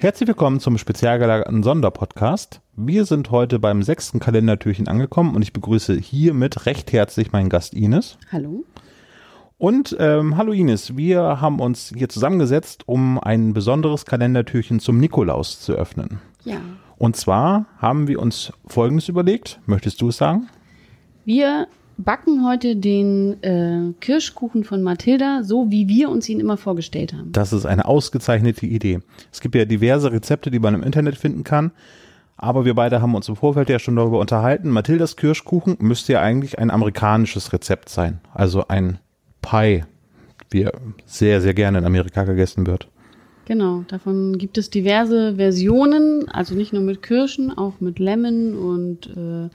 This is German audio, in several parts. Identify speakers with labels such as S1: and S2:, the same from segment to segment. S1: Herzlich willkommen zum spezial gelagerten Sonderpodcast. Wir sind heute beim sechsten Kalendertürchen angekommen und ich begrüße hiermit recht herzlich meinen Gast Ines.
S2: Hallo.
S1: Und ähm, hallo Ines, wir haben uns hier zusammengesetzt, um ein besonderes Kalendertürchen zum Nikolaus zu öffnen.
S2: Ja.
S1: Und zwar haben wir uns Folgendes überlegt. Möchtest du es sagen?
S2: Wir backen heute den äh, Kirschkuchen von Mathilda, so wie wir uns ihn immer vorgestellt haben.
S1: Das ist eine ausgezeichnete Idee. Es gibt ja diverse Rezepte, die man im Internet finden kann. Aber wir beide haben uns im Vorfeld ja schon darüber unterhalten. Mathildas Kirschkuchen müsste ja eigentlich ein amerikanisches Rezept sein. Also ein Pie, wie er sehr, sehr gerne in Amerika gegessen wird.
S2: Genau, davon gibt es diverse Versionen, also nicht nur mit Kirschen, auch mit Lemon und äh,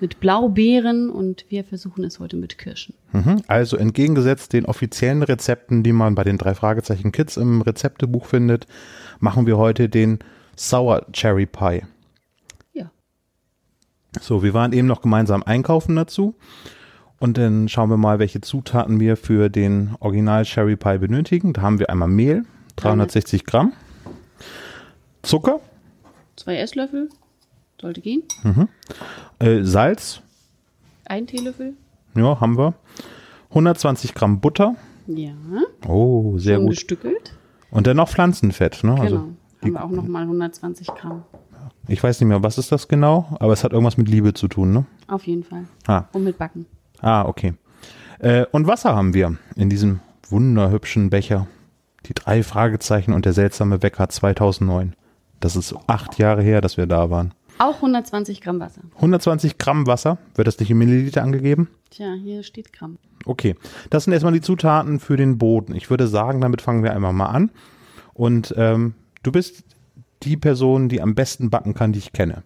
S2: mit Blaubeeren und wir versuchen es heute mit Kirschen.
S1: Mhm. Also entgegengesetzt den offiziellen Rezepten, die man bei den drei Fragezeichen Kids im Rezeptebuch findet, machen wir heute den Sour Cherry Pie.
S2: Ja.
S1: So, wir waren eben noch gemeinsam einkaufen dazu. Und dann schauen wir mal, welche Zutaten wir für den Original Cherry Pie benötigen. Da haben wir einmal Mehl, 360 Gramm, Zucker,
S2: Zwei Esslöffel, sollte gehen.
S1: äh, Salz,
S2: Ein Teelöffel.
S1: ja, haben wir, 120 Gramm Butter.
S2: Ja.
S1: Oh, sehr gut.
S2: Ungestückelt.
S1: Und dann noch Pflanzenfett, ne?
S2: Genau.
S1: Also,
S2: haben wir auch nochmal 120 Gramm.
S1: ich weiß nicht mehr, was ist das genau, aber es hat irgendwas mit Liebe zu tun, ne?
S2: Auf jeden Fall.
S1: Ah.
S2: Und mit Backen.
S1: Ah, okay. Äh, und Wasser haben wir in diesem wunderhübschen Becher. Die drei Fragezeichen und der seltsame Wecker 2009. Das ist acht Jahre her, dass wir da waren.
S2: Auch 120 Gramm Wasser.
S1: 120 Gramm Wasser, wird das nicht in Milliliter angegeben?
S2: Tja, hier steht Gramm.
S1: Okay, das sind erstmal die Zutaten für den Boden. Ich würde sagen, damit fangen wir einmal mal an. Und ähm, du bist die Person, die am besten backen kann, die ich kenne.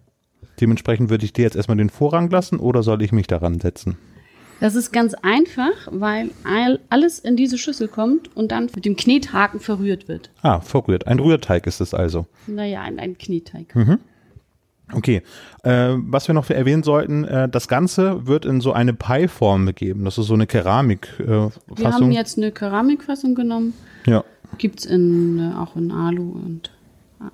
S1: Dementsprechend würde ich dir jetzt erstmal den Vorrang lassen oder soll ich mich daran setzen?
S2: Das ist ganz einfach, weil all- alles in diese Schüssel kommt und dann mit dem Knethaken verrührt wird.
S1: Ah, verrührt. Ein Rührteig ist es also.
S2: Naja, ein, ein Knetteig.
S1: Okay, äh, was wir noch erwähnen sollten, äh, das Ganze wird in so eine Pie-Form gegeben. Das ist so eine Keramikfassung. Äh,
S2: Wir haben
S1: Fassung.
S2: jetzt eine Keramikfassung genommen.
S1: ja.
S2: Gibt es äh, auch in Alu und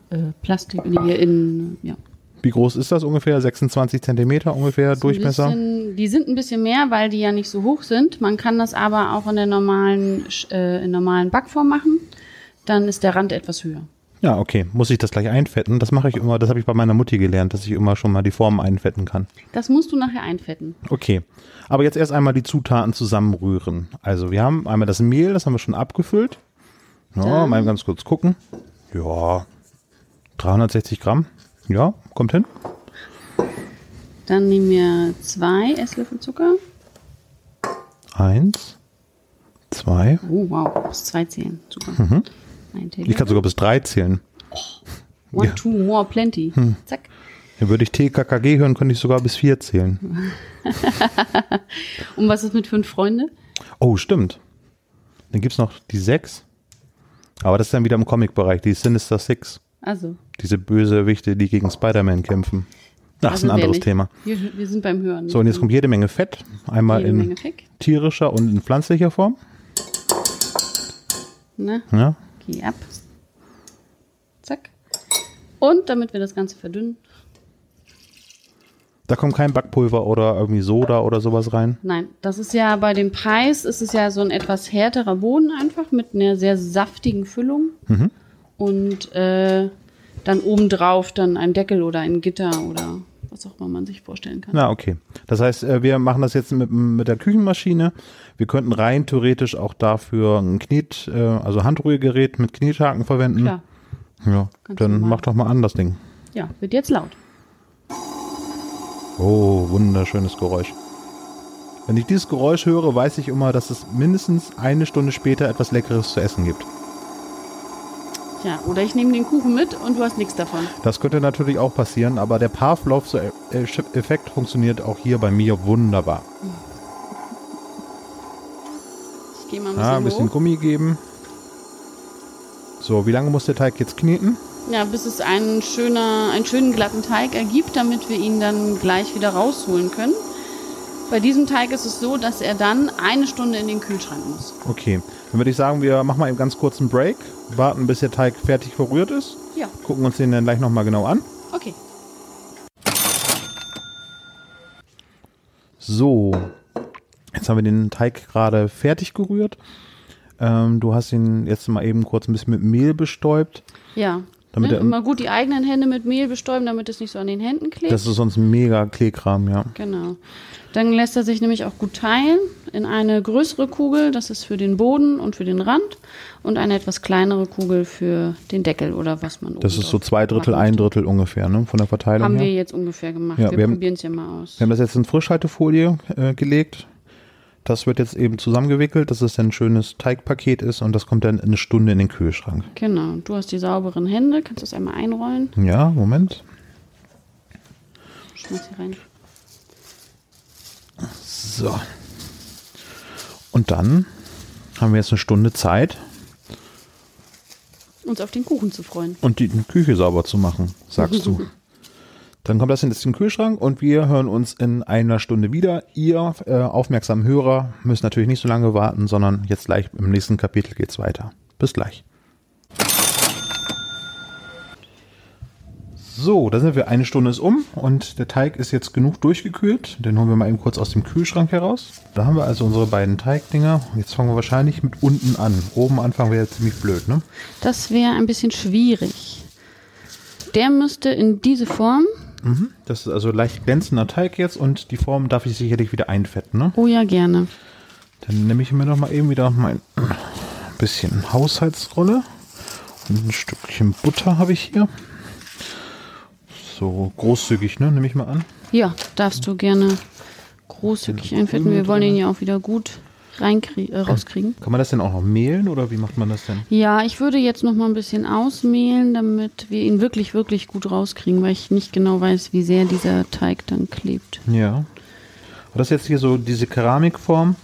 S2: äh, Plastik. Nee, in, äh, ja.
S1: Wie groß ist das ungefähr? 26 Zentimeter ungefähr Durchmesser?
S2: Bisschen, die sind ein bisschen mehr, weil die ja nicht so hoch sind. Man kann das aber auch in der normalen, Sch- äh, in normalen Backform machen. Dann ist der Rand etwas höher.
S1: Ja, okay. Muss ich das gleich einfetten? Das mache ich immer, das habe ich bei meiner Mutti gelernt, dass ich immer schon mal die Formen einfetten kann.
S2: Das musst du nachher einfetten.
S1: Okay. Aber jetzt erst einmal die Zutaten zusammenrühren. Also wir haben einmal das Mehl, das haben wir schon abgefüllt. Ja,
S2: Dann-
S1: mal ganz kurz gucken. Ja. 360 Gramm. Ja, kommt hin.
S2: Dann nehmen wir zwei Esslöffel Zucker.
S1: Eins, zwei.
S2: Oh, wow, aus zwei Zehen. Super. Ein Teelöffel.
S1: Mhm. Ich kann sogar bis drei zählen.
S2: One,
S1: ja. Hm.
S2: two, more, plenty. Zack.
S1: Ja, würde ich TKKG hören, könnte ich sogar bis vier zählen.
S2: Und was ist mit fünf Freunde?
S1: Oh, stimmt. Dann gibt's noch die sechs. Aber das ist dann wieder im Comic-Bereich, die Sinister Six.
S2: Also.
S1: Diese Bösewichte, die gegen Spider-Man kämpfen. Ach, ist ein
S2: also wer
S1: anderes
S2: nicht.
S1: Thema.
S2: Wir, wir sind beim Hören.
S1: So, und jetzt kommt jede Menge Fett. Einmal
S2: Jede
S1: in
S2: Menge Fett.
S1: tierischer und in pflanzlicher Form.
S2: Na,
S1: Ja.
S2: ne? geh ab. Zack. Und damit wir das Ganze verdünnen.
S1: Da kommt kein Backpulver oder irgendwie Soda oder sowas rein.
S2: Nein, das ist ja bei dem Preis, ist es ja so ein etwas härterer Boden einfach mit einer sehr saftigen Füllung.
S1: Mhm.
S2: Und äh, dann obendrauf dann ein Deckel oder ein Gitter oder was auch immer man sich vorstellen kann.
S1: Na, okay. Das heißt, äh, wir machen das jetzt mit, mit der Küchenmaschine. Wir könnten rein theoretisch auch dafür ein Knet, äh, also Handrührgerät mit Knethaken verwenden.
S2: Klar.
S1: Ja,
S2: Ganz
S1: dann
S2: normal.
S1: mach doch mal an das Ding.
S2: Ja, wird jetzt laut.
S1: Oh, wunderschönes Geräusch. Wenn ich dieses Geräusch höre, weiß ich immer, dass es mindestens eine Stunde später etwas Leckeres zu essen gibt.
S2: Tja, oder ich nehme den Kuchen mit und du hast nichts davon.
S1: Das könnte natürlich auch passieren, aber der Pavlov-Effekt funktioniert auch hier bei mir wunderbar.
S2: Ich gehe mal ein bisschen,
S1: Ja, ein Ah, bisschen
S2: hoch.
S1: Gummi geben. So, wie lange muss der Teig jetzt kneten?
S2: Ja, bis es einen, schöner, einen schönen glatten Teig ergibt, damit wir ihn dann gleich wieder rausholen können. Bei diesem Teig ist es so, dass er dann eine Stunde in den Kühlschrank muss.
S1: Okay, dann würde ich sagen, wir machen mal eben ganz kurz einen Break, warten, bis der Teig fertig verrührt ist,
S2: Ja,
S1: gucken uns den dann gleich nochmal genau an.
S2: okay.
S1: So, jetzt haben wir den Teig gerade fertig gerührt. Ähm, du hast ihn jetzt mal eben kurz ein bisschen mit Mehl bestäubt,
S2: Ja.
S1: Damit
S2: ne?
S1: er-
S2: Immer gut die eigenen Hände mit Mehl bestäuben, damit es nicht so an den Händen klebt.
S1: Das ist sonst ein mega Kleekram, ja.
S2: Genau. Dann lässt er sich nämlich auch gut teilen in eine größere Kugel, das ist für den Boden und für den Rand, und eine etwas kleinere Kugel für den Deckel oder was man
S1: Das
S2: oben
S1: ist so
S2: drauf
S1: zwei Drittel,
S2: machen
S1: ein
S2: möchte.
S1: Drittel ungefähr, ne? Von der Verteilung
S2: Haben
S1: her.
S2: wir jetzt ungefähr gemacht.
S1: Ja,
S2: wir
S1: wir haben-
S2: probieren es ja mal aus.
S1: Wir haben das jetzt in Frischhaltefolie äh, gelegt. Das wird jetzt eben zusammengewickelt, dass es dann ein schönes Teigpaket ist und das kommt dann eine Stunde in den Kühlschrank.
S2: Genau. Du hast die sauberen Hände, kannst das einmal einrollen.
S1: Ja, Moment.
S2: Schmeiß hier rein.
S1: So. Und dann haben wir jetzt eine Stunde Zeit,
S2: Uns auf den Kuchen zu freuen.
S1: und die Küche sauber zu machen, sagst du. Dann kommt das in den Kühlschrank und wir hören uns in einer Stunde wieder. Ihr äh, aufmerksamen Hörer müsst natürlich nicht so lange warten, sondern jetzt gleich im nächsten Kapitel geht's weiter. Bis gleich. So, da sind wir. Eine Stunde ist um und der Teig ist jetzt genug durchgekühlt. Den holen wir mal eben kurz aus dem Kühlschrank heraus. Da haben wir also unsere beiden Teigdinger. Jetzt fangen wir wahrscheinlich mit unten an. Oben anfangen wäre ja ziemlich blöd, ne?
S2: Das wäre ein bisschen schwierig. Der müsste in diese Form.
S1: Das ist also leicht glänzender Teig jetzt und die Form darf ich sicherlich wieder einfetten. Ne?
S2: Oh ja, gerne.
S1: Dann nehme ich mir doch mal eben wieder mein bisschen Haushaltsrolle. Und ein Stückchen Butter habe ich hier. So großzügig, ne? Nehme ich mal an.
S2: Ja, darfst du gerne großzügig einfetten. Wir wollen ihn ja auch wieder gut reinkrie- äh, rauskriegen.
S1: Kann man das denn auch noch mehlen oder wie macht man das denn?
S2: Ja, ich würde jetzt noch mal ein bisschen ausmehlen, damit wir ihn wirklich, wirklich gut rauskriegen, weil ich nicht genau weiß, wie sehr dieser Teig dann klebt.
S1: Ja. Aber das ist jetzt hier so diese Keramikform.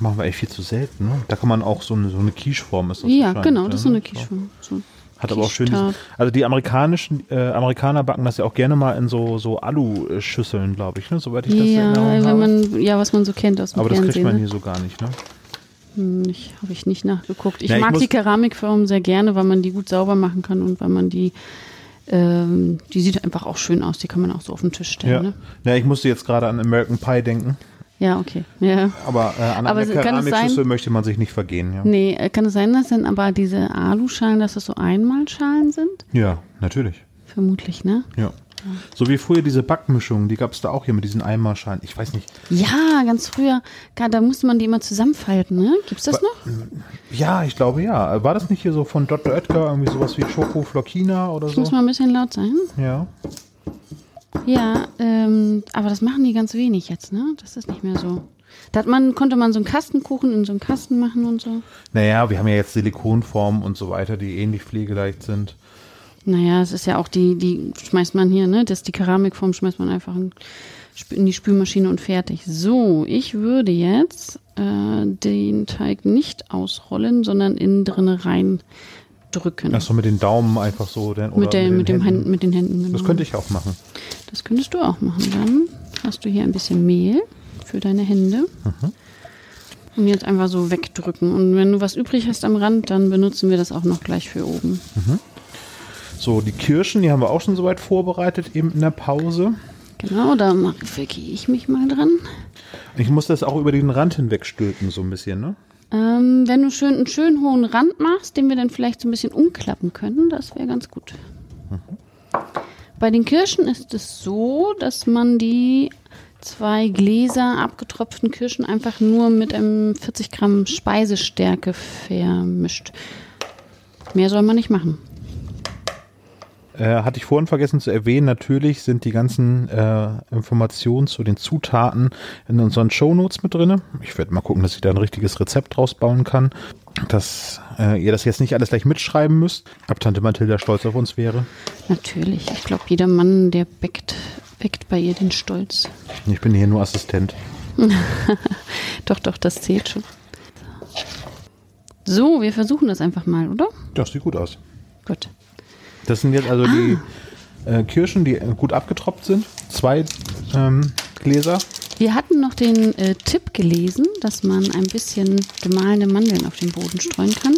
S1: Machen wir echt viel zu selten. Ne? Da kann man auch so eine, so eine Quicheform. Ist das
S2: Ja,
S1: wahrscheinlich,
S2: genau, das ist so eine
S1: ne?
S2: Quiche. So.
S1: Hat aber auch schön.
S2: Quiche-Tarte.
S1: diesen- Also die amerikanischen äh, Amerikaner backen das ja auch gerne mal in so, so Alu-Schüsseln, glaube ich, ne? Soweit ich das in
S2: Ja,
S1: Erinnerung
S2: wenn
S1: habe.
S2: man, ja, was man so kennt aus dem
S1: aber das kriegt
S2: Fernsehen.
S1: man
S2: ne? Hm,
S1: hier so gar nicht, ne?
S2: Ich habe ich nicht nachgeguckt. Ich
S1: Ja, ich
S2: mag
S1: muss-
S2: die Keramikform sehr gerne, weil man die gut sauber machen kann und weil man die, ähm, die sieht einfach auch schön aus. Die kann man auch so auf den Tisch stellen.
S1: Ja.
S2: Ja, ne?
S1: ja, ich musste jetzt gerade an American Pie denken,
S2: ja okay. Ja.
S1: aber äh, an
S2: Aber
S1: eine
S2: kann es
S1: Keramikschüssel
S2: sein-
S1: möchte man sich nicht vergehen, ja.
S2: Nee, äh, kann es sein, dass dann aber diese Aluschalen, dass das so Einmalschalen sind?
S1: Ja, natürlich.
S2: Vermutlich, ne?
S1: Ja. So wie früher diese Backmischungen, die gab es da auch hier mit diesen Eimerschalen. Ich weiß nicht.
S2: Ja, ganz früher, ka- da musste man die immer zusammenfalten, ne? Gibt's das
S1: Ba-
S2: noch?
S1: Ja, ich glaube ja. War das nicht hier so von Dr. Oetker irgendwie sowas wie Schoko Flockina oder
S2: Ich muss
S1: so?
S2: mal ein bisschen laut sein.
S1: Ja.
S2: Ja, ähm, aber das machen die ganz wenig jetzt, ne? Das ist nicht mehr so. Da hat man, konnte man so einen Kastenkuchen in so einem Kasten machen und so.
S1: Naja, wir haben ja jetzt Silikonformen und so weiter, die ähnlich pflegeleicht sind.
S2: Naja, es ist ja auch die, die schmeißt man hier, ne? Das, die Keramikform schmeißt man einfach in, Sp- in die Spülmaschine und fertig. So, ich würde jetzt äh, den Teig nicht ausrollen, sondern innen drin reindrücken.
S1: Achso, mit den Daumen einfach so. Denn, oder
S2: mit, der, mit, dem Händen.
S1: Händen.
S2: mit den Händen, genau.
S1: Das könnte ich auch machen.
S2: Das könntest du auch machen. Dann hast du hier ein bisschen Mehl für deine Hände.
S1: Mhm.
S2: Und jetzt einfach so wegdrücken. Und wenn du was übrig hast am Rand, dann benutzen wir das auch noch gleich für oben.
S1: Hm. So, die Kirschen, die haben wir auch schon soweit vorbereitet, eben in der Pause.
S2: Genau, da mache- vergehe ich mich mal dran.
S1: Ich muss das auch über den Rand hinweg stülpen, so ein bisschen, ne?
S2: Ähm, wenn du schön einen schönen hohen Rand machst, den wir dann vielleicht so ein bisschen umklappen können, das wäre ganz gut. Bei den Kirschen ist es so, dass man die zwei Gläser abgetropften Kirschen einfach nur mit einem 40 Gramm Speisestärke vermischt. Mehr soll man nicht machen.
S1: Äh, hatte ich vorhin vergessen zu erwähnen, natürlich sind die ganzen äh, Informationen zu den Zutaten in unseren Shownotes mit drinne. Ich werde mal gucken, dass ich da ein richtiges Rezept draus bauen kann, dass äh, ihr das jetzt nicht alles gleich mitschreiben müsst. Ob Tante Mathilda stolz auf uns wäre.
S2: Natürlich. Ich glaube, jeder Mann, der bäckt, weckt bei ihr den Stolz.
S1: Ich bin hier nur Assistent.
S2: Doch, doch, das zählt schon. So, wir versuchen das einfach mal, oder?
S1: Das sieht gut aus.
S2: Gut.
S1: Das sind jetzt also die äh, Kirschen, die äh, gut abgetropft sind. Zwei ähm, Gläser.
S2: Wir hatten noch den äh, Tipp gelesen, dass man ein bisschen gemahlene Mandeln auf den Boden streuen kann.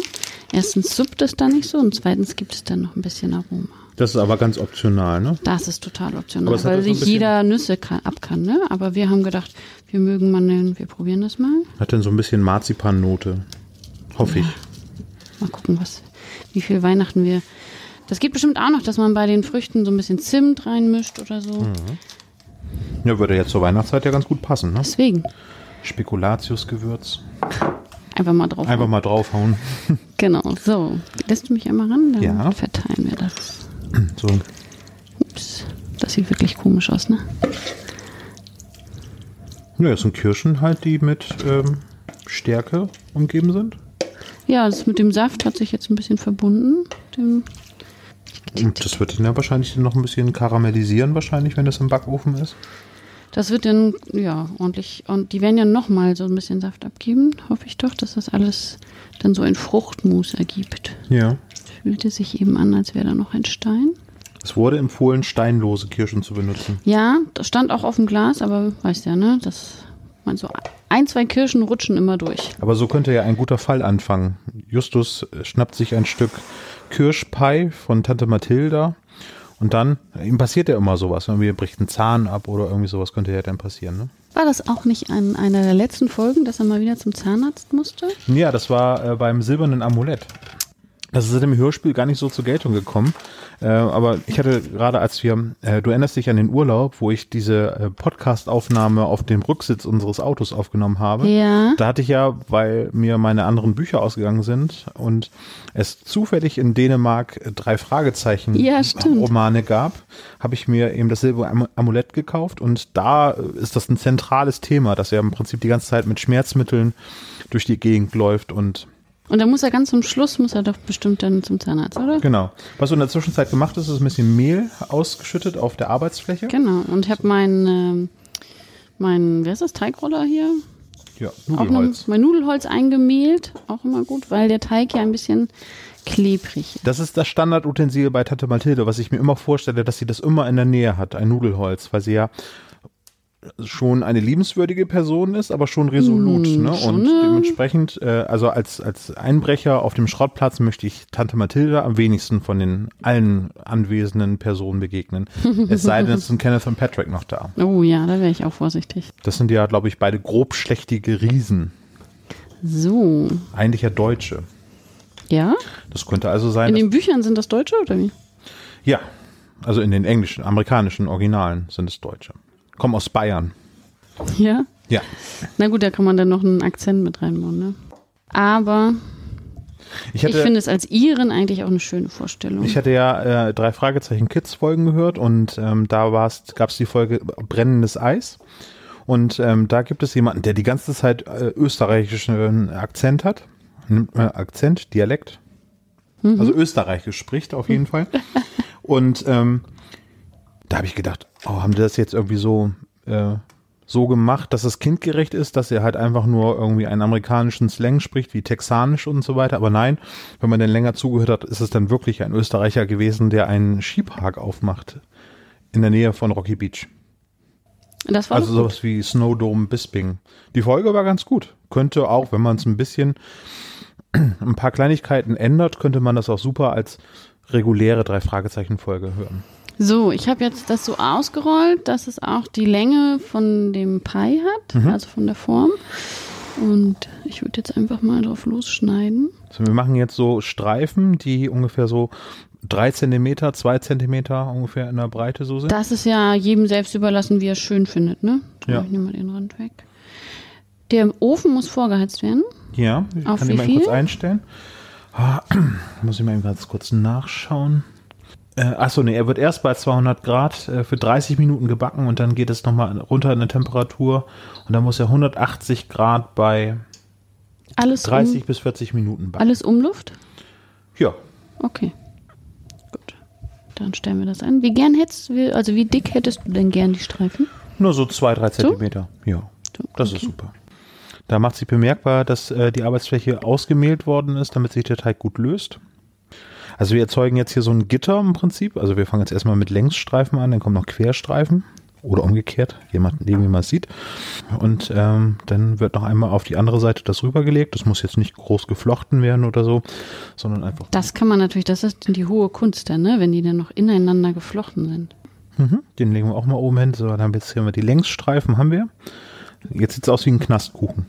S2: Erstens suppt es dann nicht so und zweitens gibt es dann noch ein bisschen Aroma.
S1: Das ist aber ganz optional, ne?
S2: Das ist total
S1: Aber
S2: optional,
S1: es hat so
S2: weil
S1: ein
S2: sich
S1: bisschen-
S2: jeder Nüsse kann, ab kann. Ne? Aber wir haben gedacht, wir mögen Mandeln, wir probieren das mal.
S1: Hat dann so ein bisschen Marzipannote. Hoffe ich.
S2: Mal gucken, was, wie viel Weihnachten wir. Das geht bestimmt auch noch, dass man bei den Früchten so ein bisschen Zimt reinmischt oder so.
S1: Mhm. Ja, würde jetzt zur Weihnachtszeit ja ganz gut passen, ne?
S2: Deswegen
S1: Spekulatiusgewürz.
S2: einfach mal drauf.
S1: Einfach mal draufhauen.
S2: Genau, so. Lässt du mich einmal ran, dann
S1: Ja.
S2: verteilen wir das.
S1: So.
S2: Ups, das sieht wirklich komisch aus, ne?
S1: Ja, das sind Kirschen halt, die mit ähm, Stärke umgeben sind.
S2: Ja, das mit dem Saft hat sich jetzt ein bisschen verbunden. Dem,
S1: Und das wird ihn ja wahrscheinlich noch ein bisschen karamellisieren, wahrscheinlich, wenn das im Backofen ist.
S2: das wird dann, ja, ordentlich. Und die werden ja nochmal so ein bisschen Saft abgeben, hoffe ich doch, dass das alles dann so ein Fruchtmus ergibt.
S1: Ja.
S2: Es fühlte sich eben an, als wäre da noch ein Stein.
S1: Es wurde empfohlen, steinlose Kirschen zu benutzen.
S2: Ja, das stand auch auf dem Glas, aber weißt ja, ne? Das, man so ein, zwei Kirschen rutschen immer durch.
S1: Aber so könnte ja ein guter Fall anfangen. Justus äh, schnappt sich ein Stück Kirschpie von Tante Mathilda und dann, ihm passiert ja immer sowas. Irgendwie bricht ein Zahn ab oder irgendwie sowas könnte ja dann passieren. Ne?
S2: War das auch nicht an einer der letzten Folgen, dass er mal wieder zum Zahnarzt musste?
S1: Ja, das war äh, beim silbernen Amulett. Das ist im Hörspiel gar nicht so zur Geltung gekommen. Äh, aber ich hatte gerade, als wir, äh, du erinnerst dich an den Urlaub, wo ich diese äh, Podcast-Aufnahme auf dem Rücksitz unseres Autos aufgenommen habe.
S2: Ja.
S1: Da hatte ich ja, weil mir meine anderen Bücher ausgegangen sind und es zufällig in Dänemark äh, drei Fragezeichen
S2: Ja, stimmt.
S1: Romane gab, habe ich mir eben das silberne Amulett gekauft und da äh, ist das ein zentrales Thema, dass er im Prinzip die ganze Zeit mit Schmerzmitteln durch die Gegend läuft und
S2: Und dann muss er ganz zum Schluss, muss er doch bestimmt dann zum Zahnarzt, oder?
S1: genau. Was du in der Zwischenzeit gemacht hast, ist ein bisschen Mehl ausgeschüttet auf der Arbeitsfläche.
S2: Genau. Und ich habe meinen, ähm, mein, wer ist das, Teigroller hier?
S1: Ja,
S2: Auch
S1: Nudelholz.
S2: noch mein Nudelholz eingemehlt, auch immer gut, weil der Teig ja ein bisschen klebrig ist.
S1: Das ist das Standardutensil bei Tante Mathilde, was ich mir immer vorstelle, dass sie das immer in der Nähe hat, ein Nudelholz, weil sie ja schon eine liebenswürdige Person ist, aber schon resolut. ne? Und dementsprechend, äh, also als, als Einbrecher auf dem Schrottplatz möchte ich Tante Mathilde am wenigsten von den allen anwesenden Personen begegnen. es sei denn, es sind Kenneth und Patrick noch da.
S2: Oh ja, da wäre ich auch vorsichtig.
S1: Das sind ja, glaube ich, beide grobschlächtige Riesen.
S2: So.
S1: Eigentlich ja Deutsche.
S2: Ja?
S1: Das könnte also sein,
S2: In
S1: dass
S2: den Büchern sind das Deutsche oder wie?
S1: Ja, also in den englischen, amerikanischen Originalen sind es Deutsche. Kommen aus Bayern.
S2: Ja?
S1: Ja.
S2: Na gut, da kann man dann noch einen Akzent mit reinbauen, ne? Aber
S1: Ich hatte,
S2: ich finde es als Iren eigentlich auch eine schöne Vorstellung.
S1: ich hatte ja äh, drei Fragezeichen Kids Folgen gehört und ähm, da gab es die Folge Brennendes Eis. Und ähm, da gibt es jemanden, der die ganze Zeit äh, österreichischen Akzent hat. N- Äh, Akzent, Dialekt.
S2: Mhm.
S1: Also österreichisch spricht auf jeden Fall. Und ähm, da habe ich gedacht, oh, haben die das jetzt irgendwie so, äh, so gemacht, dass es kindgerecht ist, dass er halt einfach nur irgendwie einen amerikanischen Slang spricht, wie texanisch und so weiter. Aber nein, wenn man dann länger zugehört hat, ist es dann wirklich ein Österreicher gewesen, der einen Skipark aufmacht in der Nähe von Rocky Beach.
S2: das war
S1: Also
S2: doch gut.
S1: sowas wie Snowdome Bisping. Die Folge war ganz gut. Könnte auch, wenn man es ein bisschen ein paar Kleinigkeiten ändert, könnte man das auch super als reguläre drei Fragezeichen Folge hören.
S2: So, ich habe jetzt das so ausgerollt, dass es auch die Länge von dem Pie hat,
S1: Mhm.
S2: also von der Form. Und ich würde jetzt einfach mal drauf losschneiden.
S1: So, wir machen jetzt so Streifen, die ungefähr so drei Zentimeter, zwei Zentimeter ungefähr in der Breite so sind.
S2: Das ist ja jedem selbst überlassen, wie er es schön findet, ne? So,
S1: Ja.
S2: Ich nehme mal den Rand weg. Der Ofen muss vorgeheizt werden.
S1: ja, ich
S2: Auf
S1: kann die
S2: wie
S1: mal eben kurz
S2: viel?
S1: einstellen. Ah, Muss ich mal eben ganz kurz nachschauen. Äh, achso, nee, er wird erst bei 200 Grad äh, für 30 Minuten gebacken und dann geht es nochmal runter in eine Temperatur und dann muss er 180 Grad bei
S2: Alles,
S1: 30
S2: um,
S1: bis 40 Minuten backen.
S2: alles Umluft?
S1: Ja,
S2: Okay. Gut. Dann stellen wir das ein. Wie gern hättest du, also wie dick hättest du denn gern die Streifen?
S1: nur so 2-3 Zentimeter. Ja,
S2: So,
S1: das ist super. Da macht sich bemerkbar, dass äh, die Arbeitsfläche ausgemehlt worden ist, damit sich der Teig gut löst. Also wir erzeugen jetzt hier so ein Gitter im Prinzip. Also wir fangen jetzt erstmal mit Längsstreifen an, dann kommen noch Querstreifen oder umgekehrt, je nachdem, wie man es sieht. Und ähm, dann wird noch einmal auf die andere Seite das rübergelegt. Das muss jetzt nicht groß geflochten werden oder so, sondern einfach
S2: Das kann man natürlich, das ist die hohe Kunst dann, ne? wenn die dann noch ineinander geflochten sind.
S1: Mhm, den legen wir auch mal oben hin. So, dann haben wir jetzt hier mal die Längsstreifen haben wir. Jetzt sieht es aus wie ein Knastkuchen.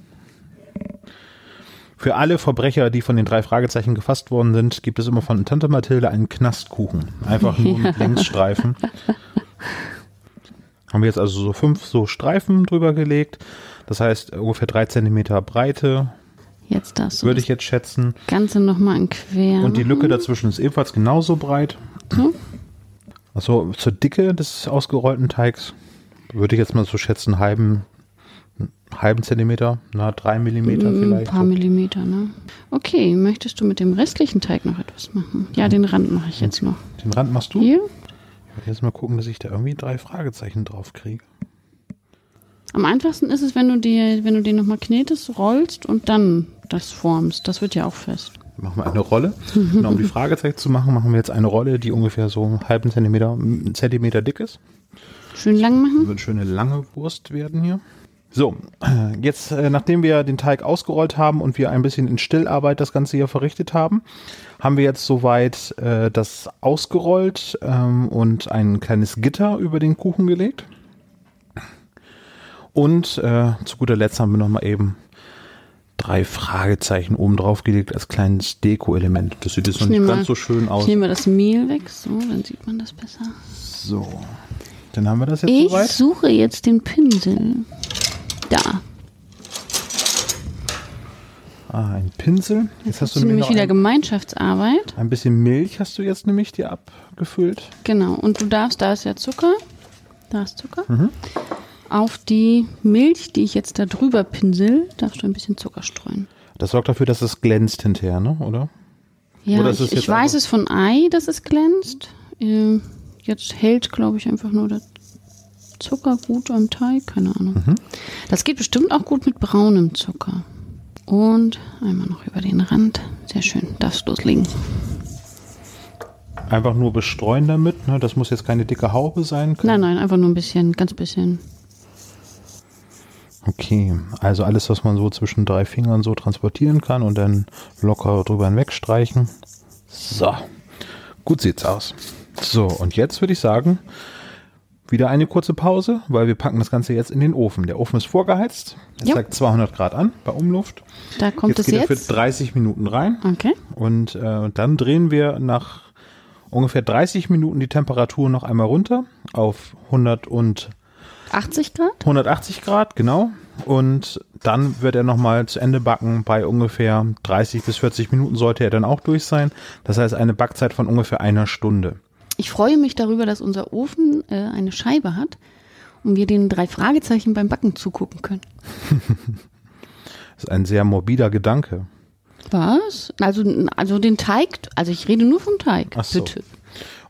S1: Für alle Verbrecher, die von den drei Fragezeichen gefasst worden sind, gibt es immer von Tante Mathilde einen Knastkuchen. Einfach nur mit Längsstreifen. Haben wir jetzt also so fünf so Streifen drüber gelegt. Das heißt ungefähr drei Zentimeter Breite,
S2: Jetzt das.
S1: würde ich jetzt schätzen.
S2: das Ganze nochmal in Quer.
S1: Und die Lücke dazwischen ist ebenfalls genauso breit.
S2: Mhm.
S1: Also zur Dicke des ausgerollten Teigs würde ich jetzt mal so schätzen, halben, halben Zentimeter, na, drei Millimeter
S2: ein
S1: vielleicht.
S2: paar Millimeter, ne? Okay, möchtest du mit dem restlichen Teig noch etwas machen? Ja, den Rand mache ich jetzt noch.
S1: Den Rand machst du?
S2: Hier?
S1: Ich werde jetzt mal gucken, dass ich da irgendwie drei Fragezeichen drauf kriege.
S2: Am einfachsten ist es, wenn du die, wenn du den nochmal knetest, rollst und dann das formst. Das wird ja auch fest.
S1: Machen wir eine Rolle. Na, um die Fragezeichen zu machen, machen wir jetzt eine Rolle, die ungefähr so einen halben Zentimeter, einen Zentimeter dick ist.
S2: Schön lang machen.
S1: wird schöne lange Wurst werden hier. Hm? So, äh, jetzt äh, nachdem wir den Teig ausgerollt haben und wir ein bisschen in Stillarbeit das Ganze hier verrichtet haben, haben wir jetzt soweit äh, das ausgerollt ähm, und ein kleines Gitter über den Kuchen gelegt. Und äh, zu guter Letzt haben wir nochmal eben drei Fragezeichen oben drauf gelegt als kleines Deko-Element. Das sieht jetzt noch nicht
S2: nehme
S1: ganz
S2: mal-
S1: so schön
S2: Ich
S1: aus.
S2: nehme das Mehl weg, so, dann sieht man das besser.
S1: So, dann haben wir das jetzt
S2: Ich
S1: soweit.
S2: suche jetzt den Pinsel. Da.
S1: Ah, ein Pinsel. Jetzt hast du mir
S2: nämlich
S1: noch
S2: wieder
S1: ein,
S2: Gemeinschaftsarbeit.
S1: ein bisschen Milch hast du jetzt nämlich dir abgefüllt.
S2: Genau. Und du darfst, da ist ja Zucker. Da ist Zucker.
S1: Mhm.
S2: Auf die Milch, die ich jetzt da drüber pinsel, darfst du ein bisschen Zucker streuen.
S1: Das sorgt dafür, dass es glänzt hinterher, ne? Oder?
S2: Ja,
S1: Oder ist es
S2: ich,
S1: jetzt
S2: ich weiß
S1: einfach-
S2: es von Ei, dass es glänzt. Ähm, Jetzt hält, glaube ich, einfach nur der Zucker gut am Teig, keine Ahnung.
S1: Mhm.
S2: Das geht bestimmt auch gut mit braunem Zucker. Und einmal noch über den Rand. Sehr schön, darfst loslegen.
S1: Einfach nur bestreuen damit, ne? Das muss jetzt keine dicke Haube sein.
S2: Nein, nein, einfach nur ein bisschen, ganz bisschen.
S1: Okay, also alles, was man so zwischen drei Fingern so transportieren kann und dann locker drüber hinwegstreichen. So, gut sieht's aus. So, und jetzt würde ich sagen, wieder eine kurze Pause, weil wir packen das Ganze jetzt in den Ofen. Der Ofen ist vorgeheizt, er
S2: Jo.
S1: zeigt 200 Grad an bei Umluft.
S2: Da kommt
S1: jetzt
S2: es
S1: geht er
S2: jetzt.
S1: für 30 Minuten rein
S2: Okay.
S1: und äh, dann drehen wir nach ungefähr 30 Minuten die Temperatur noch einmal runter auf 100 und
S2: 80 Grad?
S1: 180 Grad, genau. Und dann wird er nochmal zu Ende backen. Bei ungefähr 30 bis 40 Minuten sollte er dann auch durch sein. Das heißt eine Backzeit von ungefähr einer Stunde.
S2: Ich freue mich darüber, dass unser Ofen äh, eine Scheibe hat und wir den drei Fragezeichen beim Backen zugucken können.
S1: Das ist ein sehr morbider Gedanke.
S2: Was? Also, also den Teig, also ich rede nur vom Teig,
S1: Ach so.
S2: bitte.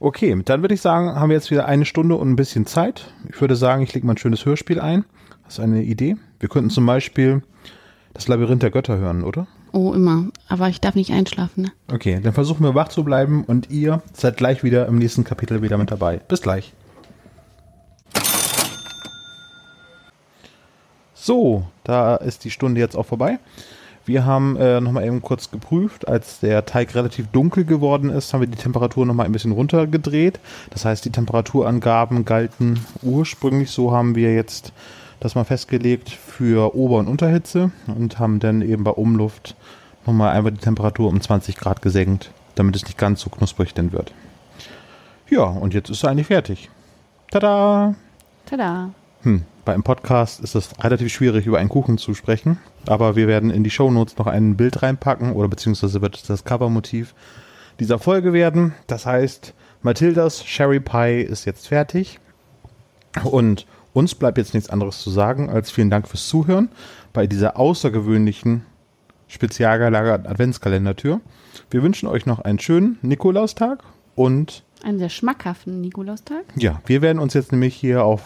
S1: Okay, dann würde ich sagen, haben wir jetzt wieder eine Stunde und ein bisschen Zeit. Ich würde sagen, ich lege mal ein schönes Hörspiel ein. Hast du eine Idee? Wir könnten zum Beispiel das Labyrinth der Götter hören, oder?
S2: Oh, immer. Aber ich darf nicht einschlafen, ne?
S1: Okay, dann versuchen wir wach zu bleiben und ihr seid gleich wieder im nächsten Kapitel wieder mit dabei. Bis gleich. So, da ist die Stunde jetzt auch vorbei. Wir haben äh, nochmal eben kurz geprüft, als der Teig relativ dunkel geworden ist, haben wir die Temperatur nochmal ein bisschen runtergedreht. Das heißt, die Temperaturangaben galten ursprünglich, so haben wir jetzt das mal festgelegt, für Ober- und Unterhitze und haben dann eben bei Umluft nochmal einfach die Temperatur um 20 Grad gesenkt, damit es nicht ganz so knusprig denn wird. Ja, und jetzt ist er eigentlich fertig. Tada!
S2: Tada.
S1: Hm, bei einem Podcast ist es relativ schwierig, über einen Kuchen zu sprechen. Aber wir werden in die Shownotes noch ein Bild reinpacken oder beziehungsweise wird es das Covermotiv dieser Folge werden. Das heißt,
S3: Mathildas Sherry Pie ist jetzt fertig. Und uns bleibt jetzt nichts anderes zu sagen, als vielen Dank fürs Zuhören bei dieser außergewöhnlichen Spezialgelager Adventskalendertür. Wir wünschen euch noch einen schönen Nikolaustag und
S2: Einen sehr schmackhaften Nikolaustag.
S3: ja, wir werden uns jetzt nämlich hier auf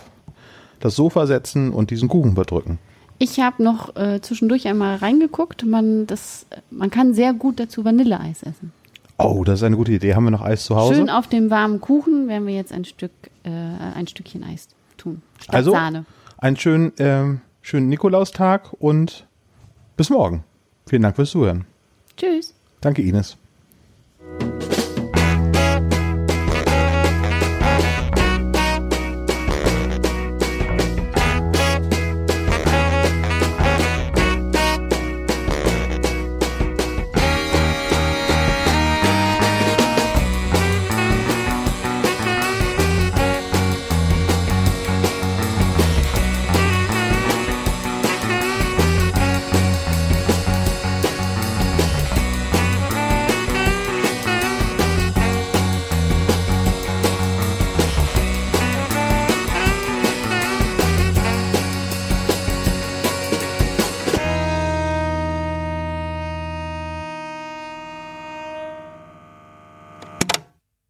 S3: das Sofa setzen und diesen Kuchen bedrücken.
S2: Ich habe noch äh, zwischendurch einmal reingeguckt. Man, das, man kann sehr gut dazu Vanilleeis essen.
S3: Oh, das ist eine gute Idee. Haben wir noch Eis zu Hause?
S2: Schön auf dem warmen Kuchen werden wir jetzt ein Stück, äh, ein Stückchen Eis tun. Statt
S3: also
S2: Sahne.
S3: einen schönen, ähm, schönen Nikolaustag und bis morgen. Vielen Dank fürs Zuhören.
S2: Tschüss.
S3: Danke, Ines.